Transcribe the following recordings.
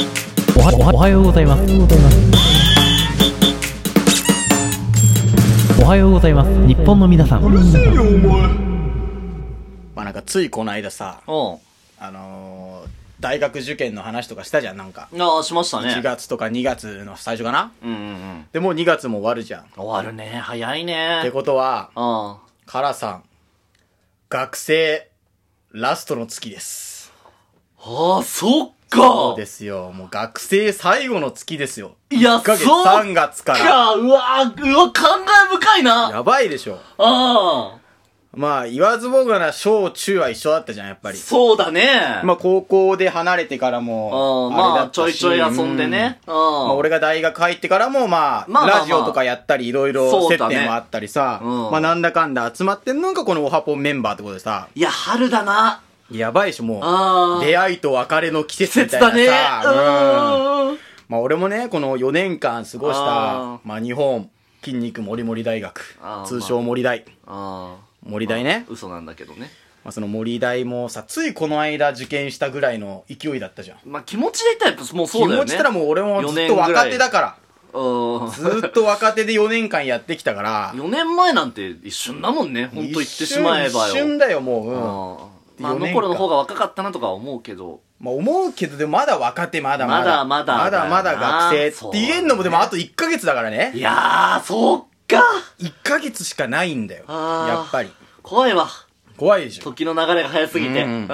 はおはようございます。おはようございます。日本の皆さん。まあなんかついこの間さ、おあのー大学受験の話とかしたじゃん、なんか。ああ、しましたね。 1月とか2月の最初かなうんうんうん。で、もう2月も終わるじゃん。っ終わるね。早いね。てことは、ああ。カラさん、学生、ラストの月です。ああ、そっか。そうですよ。もう学生最後の月ですよ。いや、 1ヶ月そっか3月から。か。うわあ、うわ、感慨深いな。あやばいでしょ。あ。まあ、言わずもがな小中は一緒だったじゃん、やっぱり。そうだね。まあ、高校で離れてからもあ、れまあ、だっちょたいしちょい遊んでね。うん。まあ、俺が大学入ってからも、まあ、まあまあまあラジオとかやったり、いろいろそ接うだね点もあったりさ、うんまあ、なんだかんだ集まってんのがこのオハポンメンバーってことでさ、いや、春だな。やばいでしょ、もあう。あ。出会いと別れの季節みた節いだね。なさ、うんうーん。まあ、俺もね、この4年間過ごした、あまあ、日本、筋肉もりもり大学あ、ー通称森大、ああ。森大ね。嘘なんだけどね。まあ、その森大もさ、ついこの間受験したぐらいの勢いだったじゃん。まあ、気持ちで言ったらやっぱもうそうだよね。気持ちたらもう俺もずっと四年ぐら若い手だから、うん。ずっと若手で4年間やってきた から、 4年前なんて一瞬だもんね。ほんと言ってしまえば一よ。瞬一瞬だよもう、うんうんまあ、あ4の年間頃の方が若かったなとかは思うけど。まあ、思うけどでもまだ若手まだまだまだまだまだまだ学生そうって言えんのもでもあと1ヶ月だからいねやー、そっか1ヶ月しかないんだよあーやっぱり怖いわ。怖いでしょ時の流れが早すぎて。ううんん。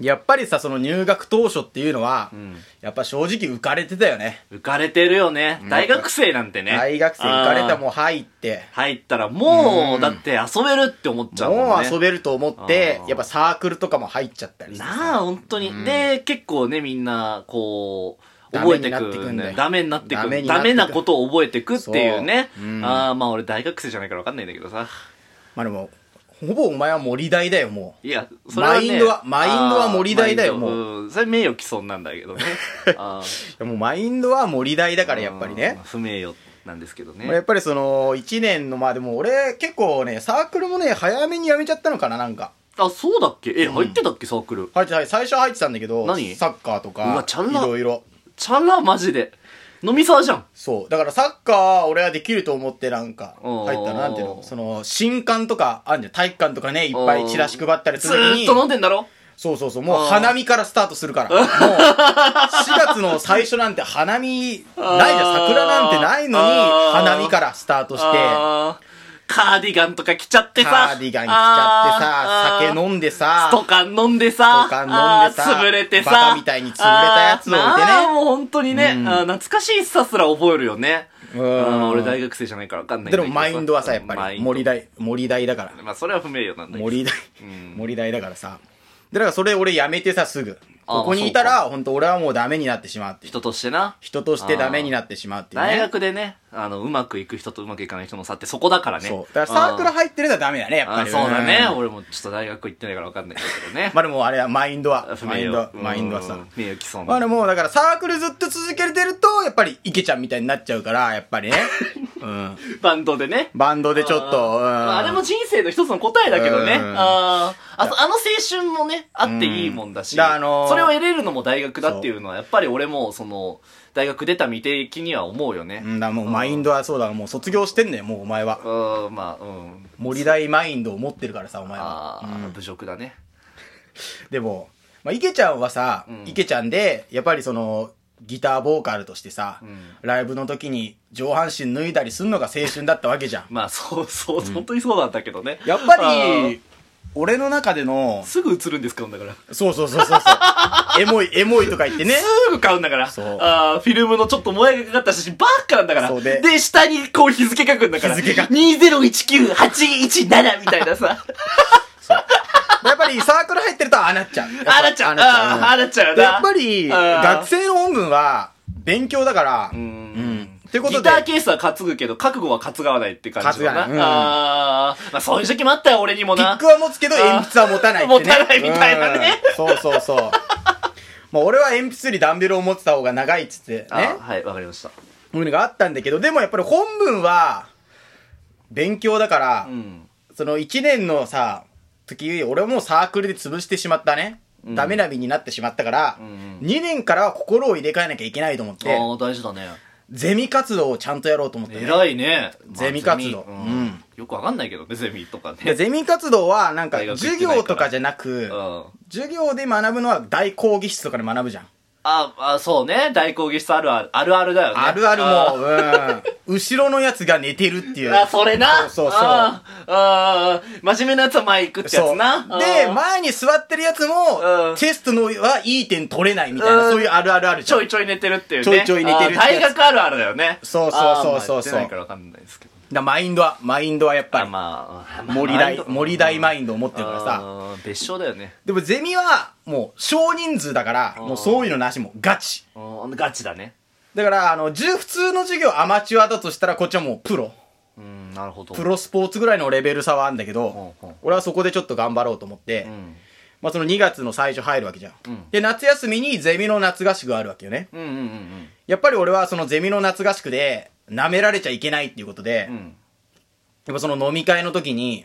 やっぱりさその入学当初っていうのは、んやっぱ正直浮かれてたよね浮かれてるよね。大学生なんてね。大学生浮かれたん。もう入って入ったらもうんう、だって遊べるって思っちゃうもんね。もう遊べると思ってあーやっぱサークルとかも入っちゃったりしてさなあ、本当に。で、結構ね、みんな、こう、ダメ覚えにてなってくくんんだよだよ。ダメになってくダメにんなってダくメなことを覚えてくっていうねそうう。んああ、まあ俺大学生じゃないから分かんないんだけどさ。まあでもほぼお前は森大だよもういや、それは、ね、マインドはマインドはあー盛り大だよマインドうん。それ名誉毀損なんだけ どね。あいやもうマインドは森大だだからやっぱりね。不名誉なんですけどまあやねっ。ぱりその、1年の、まあでも俺、結構ね、サークルもね、早めに辞めちゃったのかな、なんか。あ、そうだっけえ、入ってたっけサークル。入って、最初は入ってたんだけど、何サッカーとうかわチャ、いラろいろ。チャラ、マジで。飲み沢じゃん。そう。だからサッカーは俺はできると思ってなんか、おー入ったらなんていうのその、新刊とかあんじゃん。体育館とかね、いっぱいチラシ配ったりすずる時ーにっと飲んでんだろそうそうそう、もうあー花見からスタートする から。もう、4月の最初なんて花見、ないじゃん。桜なんてないのにあ、ー花見からスタートして、あーカーディガンとか着ちゃってさ。カーディガン着ちゃっあてさ、ー酒飲んでさ、ストカン飲んでさ。ストカン飲んでさあー潰れてさ。バカみたいに潰れたやつを置いてねあーもう本当にね、うんあー懐かしいさすら覚えるよね。うんん。俺大学生じゃないから分かんないんでだもけどマインドはさ、やっマぱイり、ンド森大、森大だから。まあそれは不名誉なんだけど。森大うん、森大だからさ。で、だからそれ俺やめてさ、すぐ。あーここにいたら、本当俺はもうダメになってしまうっていう。人としてな。人としてダメになってしまうっていうね。大学でね、あの、うまくいく人とうまくいかない人の差ってそこだからね。そう。だからサークル入ってるのはダメだね、やっあぱあり。そうだね。ん。俺もちょっと大学行ってないから分かんないけどね まあでもあれは、マインドは。不マイ名ン誉ドは、マインドはうさん。名誉毀損。まあでも、だからサークルずっと続けてると、やっぱり、イケちゃんみたいになっちゃうから、やっ ぱりね。うん。バンドでね。バンドでちょっと、うん。まあ、あれも人生の一つの答えだけどね。うんあああと、あの青春もね、あっていいもんだし、うんだあのーそれを得れるのも大学だっていうのは、やっぱり俺も、その、大学出た未定期には思うよねう。んだからもうマインドはそうだもう卒業してんねもうお前はうん、まあ、うん。森大マインドを持ってるからさお前はあ、あ、侮辱だね。でも、まあ、池ちゃんはさ、ん池ちゃんでやっぱりそのギターボーカルとしてさ、んライブの時に上半身脱いだりすんのが青春だったわけじ ゃんまあ、そうそう、本当にそうなんだけどね。やっぱあーり俺の中でのすぐ映るんですかだから。そうそうそうそうそう エモいエモいとか言ってねすぐ買うんだから。そうああ、フィルムのちょっと萌えがかかった写真ばっかなんだから。そうでで、下にこう日付書くんだから。日付書く2019817みたいなさ。やっぱりサークル入ってるとああなっちゃうやっぱああなっちゃう。あなっちゃうあー、ああなっちゃうでな。やっぱりあー学生の本分は勉強だからう。うんんってことギでターケースは担ぐけど、覚悟は担がないって感じだな。担がないうんああ、まあそういう時期もあったよ、俺にもピな。ックは持つけど鉛筆は持たないってね。持たないみたいなねうん。そうそうそう。まあ俺は鉛筆よりダンベルを持ってた方が長いっつってあねー。はい、わかりました。そういうのがあったんだけど、でもやっぱり本文は勉強だから、うん。その1年のさ、時、俺はもうサークルで潰してしまったね。うんダメな身になってしまったから、うん2年からは心を入れ替えなきゃいけないと思っああて、ー大事だねゼミ活動をちゃんとやろうと思って、ね。偉いねゼミ活動まあゼミううんんよくわかんないけどねゼミとかでねゼミ活動は、なんか大、学行っ授てないから業とかじゃなくうん、あ授業で学ぶのは大講義室とかで学ぶじゃん。あそうね大講義室あるあるあるあるだよねあるあるあもう、うん。後ろのやつが寝てるっていう。ーあそれなそうそうそうあーあー真面目なやつは前行くってやそつうなで、あー前に座ってるやつうもん、テストのはいい点取れないみたいな、うんそういうあるあるあるじちゃんょいちょい寝てるっていうねちょいちょい寝てるってやつあー大学あるあるだよねそうそうそうそうあーまあ出ないからわかんないですけどだからマインドは、マインドはやっぱあり、まあ森大、森大マンインドを持ってるからさ。別称だよねでもゼミは、もう少人数だから、んもうそういうのなしもうガチ。うんガチだねだから、あの、じゅ普通の授業アマチュアだとしたら、こっちはもうプロ。うんなるほどプロスポーツぐらいのレベル差はあるんだけどうんうん、俺はそこでちょっと頑張ろうと思って、うんまあその2月の最初入るわけじゃん。うんで、夏休みにゼミの夏合宿があるわけよね。うんうんうんやっぱり俺はそのゼミの夏合宿で、舐められちゃいけないっていうことで、うんうんやっぱその飲み会の時に、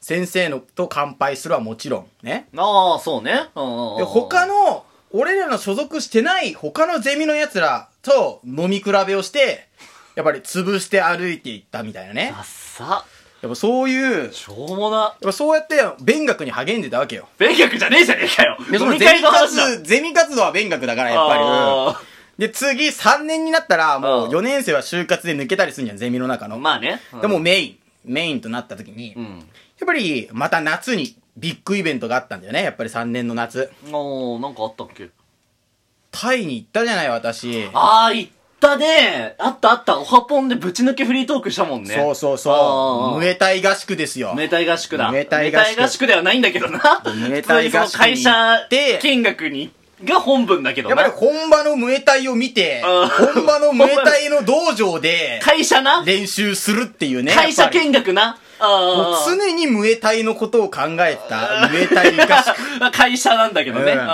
先生のと乾杯するはもちろん、ね。ああそうねうんうんうんうで、ん他の、俺らの所属してない他のゼミの奴らと飲み比べをして、やっぱり潰して歩いていったみたいなねダ。ッサやっぱそういう、やっしょうもなぱそうやって勉学に励んでたわけよ。勉学じゃねえじゃねえかよで、そ飲のみゼ会ミの話だ活、ゼミ活動は勉学だから、やっぱりうん。あで、次3年になったら、もうあー4年生は就活で抜けたりするんじゃん、ゼミの中の。ーまあねでもうメイン、メインとなった時に、うやんっぱりまた夏にビッグイベントがあったんだよね、やっぱり3年の夏。おーなんかあったっけタイに行ったじゃない、私。ああ行ったねあったあったおはぽんでぶち抜けフリートークしたもんねそうそうそう。ムムエエタイ合宿ですよ。タイ合宿だムエタイ合宿ムエタイ合宿ではないんだけどなムエタイ合宿に行って普通にその会社見学にが本文だけどやっぱりな本場のムエタイを見て、あー本場のムエタイの道場で会社な練習するっていうね。会や社っぱり見学なもうあー常にムエタイのことを考えた、ムエタイ合宿。 会社なんだけどね。うんあ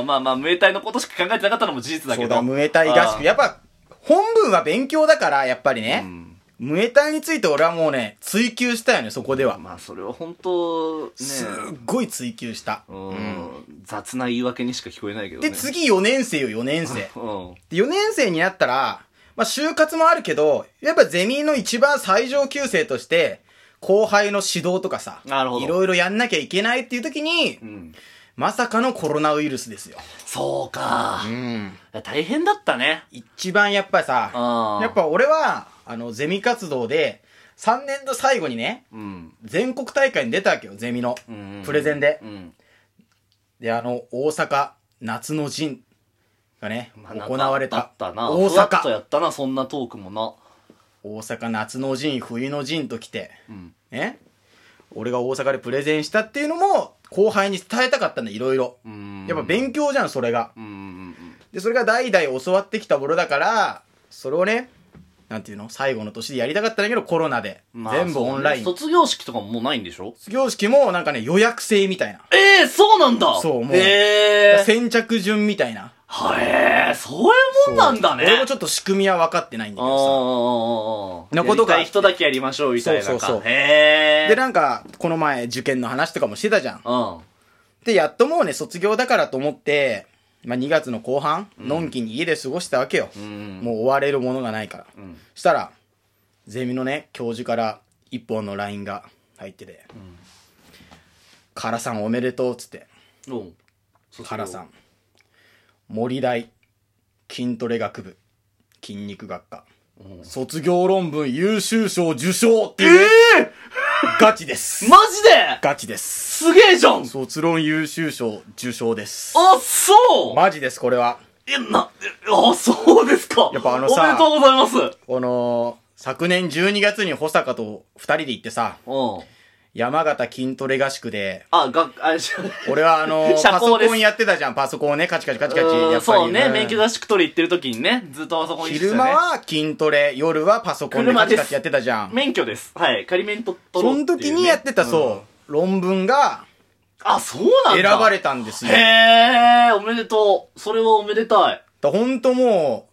あまあまあ、ムエタイのことしか考えてなかったのも事実だけそうど。だ、ムエタイ合宿。ややっぱ、本文は勉強だから、やっぱりね。んムエタイについて俺はもうね、追求したよね、そこでは。まあ、それは本当、ね。すっごい追求した。うん、雑な言い訳にしか聞こえないけどね。で、次4年生よ、4年 生。うん。で、4年生になったら、まあ、就活もあるけど、やっぱゼミの一番最上級生として、後輩の指導とかさ、なるほどいろいろやんなきゃいけないっていう時に、うん。まさかのコロナウイルスですよ。そうか。うん。大変だったね。一番やっぱさ、あーやっぱ俺は、あの、ゼミ活動で、3年度最後にね、うん。全国大会に出たわけよ、ゼミの。うんプレゼンでうん。で、あの、大阪、夏の陣がね、まあなんか行われあたっ。たな。大ふわっと阪。やったな、そんなトークもな。大阪、夏の陣、冬の陣と来て、うん。ね。俺が大阪でプレゼンしたっていうのも、後輩に伝えたかったんだ、いろいろ。うん。やっぱ勉強じゃん、それが。うんうんで、それが代々教わってきたものだから、それをね、なんていうの最後の年でやりたかったんだけど、コロナで。うん。まあ全部オンラインそう。ね卒業式とかももうないんでしょ卒業式もなんかね、予約制みたいな。ええそうなんだそうもうええ先着順みたいな。はえそういうもんなんだね俺もちょょっっと仕組みは分かってないんだけどさ。ああなことがやりたい人だけやりましょうみたいなそうそうそうへえで、なんか、この前、受験の話とかもしてたじゃん。うんで、やっともうね、卒業だからと思って、まあ、2月の後半、のんきに家で過ごしたわけよ。んもう追われるものがないから。んしたら、ゼミのね、教授から一本の LINE が入ってて、カラさんおめでとうっつって、うんそうカラさん、森大、筋トレ学部、筋肉学科、卒業論文優秀賞受賞っていう、ガチです。マジでガチです。すげえじゃん卒論優秀賞受賞です。あ、そう、マジです、これは。え、な、えあ、そうですかやっぱあのさおめでとうございますこの、昨年12月に保坂と二人で行ってさ、うん。山形筋トレ合宿で、あ、が、あ、し俺はあの 社パソ交ですコンやってたじゃん、パソコンをね、カチカチカチカチ。うやんっぱりそうね、ん免許合宿取り行ってる時にね、ずっとあそこにいてた昼よね間は筋トレ、夜はパソコンで車カでチすカチやってたじゃん。免許です。はい。仮免取取ろそうのってい時うねにやってた、んそう、論文があ、そうなん選だ。ばれたんですよ。へえ、おめでとう。それはおめでたい。だほんともう、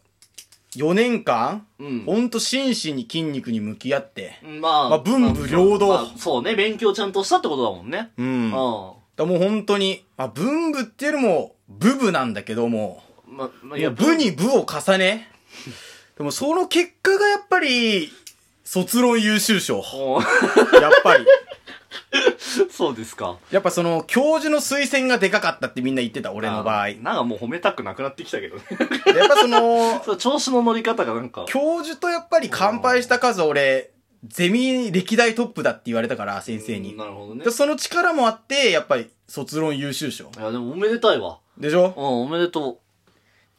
4年間、うんほんと真摯に筋肉に向き合って、まあ、まあ文武両道まあそうね、勉強ちゃんとしたってことだもんね。う。うんん。だからもう本当に、まあ、文部っていうよりも、部部なんだけども、ま、まもう部に部を重ね、でもその結果がやっぱり、卒論優秀賞。も やっぱり。う そうですか。やっぱその、教授の推薦がでかかったってみんな言ってた、俺の場合。あーなんかもう褒めたくなくなってきたけどね。やっぱその、そう調子の乗り方がなんか。教授とやっぱり乾杯した数俺、ゼミ歴代トップだって言われたから、先生に。なるほどねで。その力もあって、やっぱり卒論優秀賞。いや、でもおめでたいわ。でしうょん、おめでと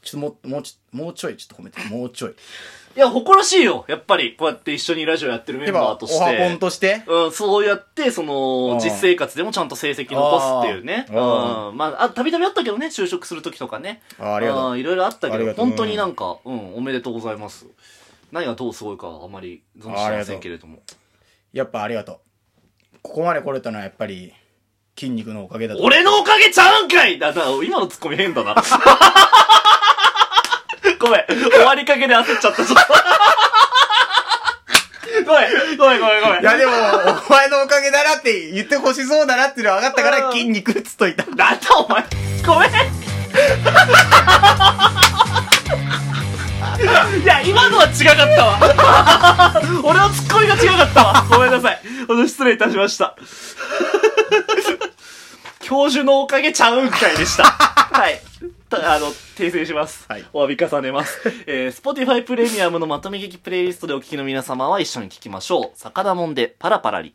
ちょっともう、もうちょ、もうちょい、ちょっと褒めて、もうちょい。う。いや、誇らしいよ。やっぱり、こうやって一緒にラジオやってるメやンっぱ、バーオとして。ハコンとして、うん、そうやって、そのあ、ー実生活でもちゃんと成績残すっていうね。あうーん。まあ、あ、たびたびあったけどね、就職するときとかね。あーありがとううんいろいろあったあけりがど、とう本当になんか、うん、おめでとうございます。何がどうすごいか、あまり存じてませんけれども。やっぱありがとう。ここまで来れたのはやっぱり、筋肉のおかげだと。俺のおかげちゃうんかいだ、だ、今のツッコミ変だな。 ごめん、終わりかけで焦っちゃった、ちょっと。ごめん、ごめん、ごめん、ごめん。いやでも、お前のおかげだなって言ってほしそうだなっていうのは分かったから、うん筋肉っつっといた。なんだお前ごめんいや今のは違かったわ俺のツッコミが違かったわごめんなさい本当失礼いたしました教授のおかげちゃうんかいでしたはいたあの訂正します、はいお詫び重ねます、えー、Spotify プレミアムのまとめ劇プレイリストでお聞きの皆様は一緒に聞きましょう「酒田もんでパラパラリ」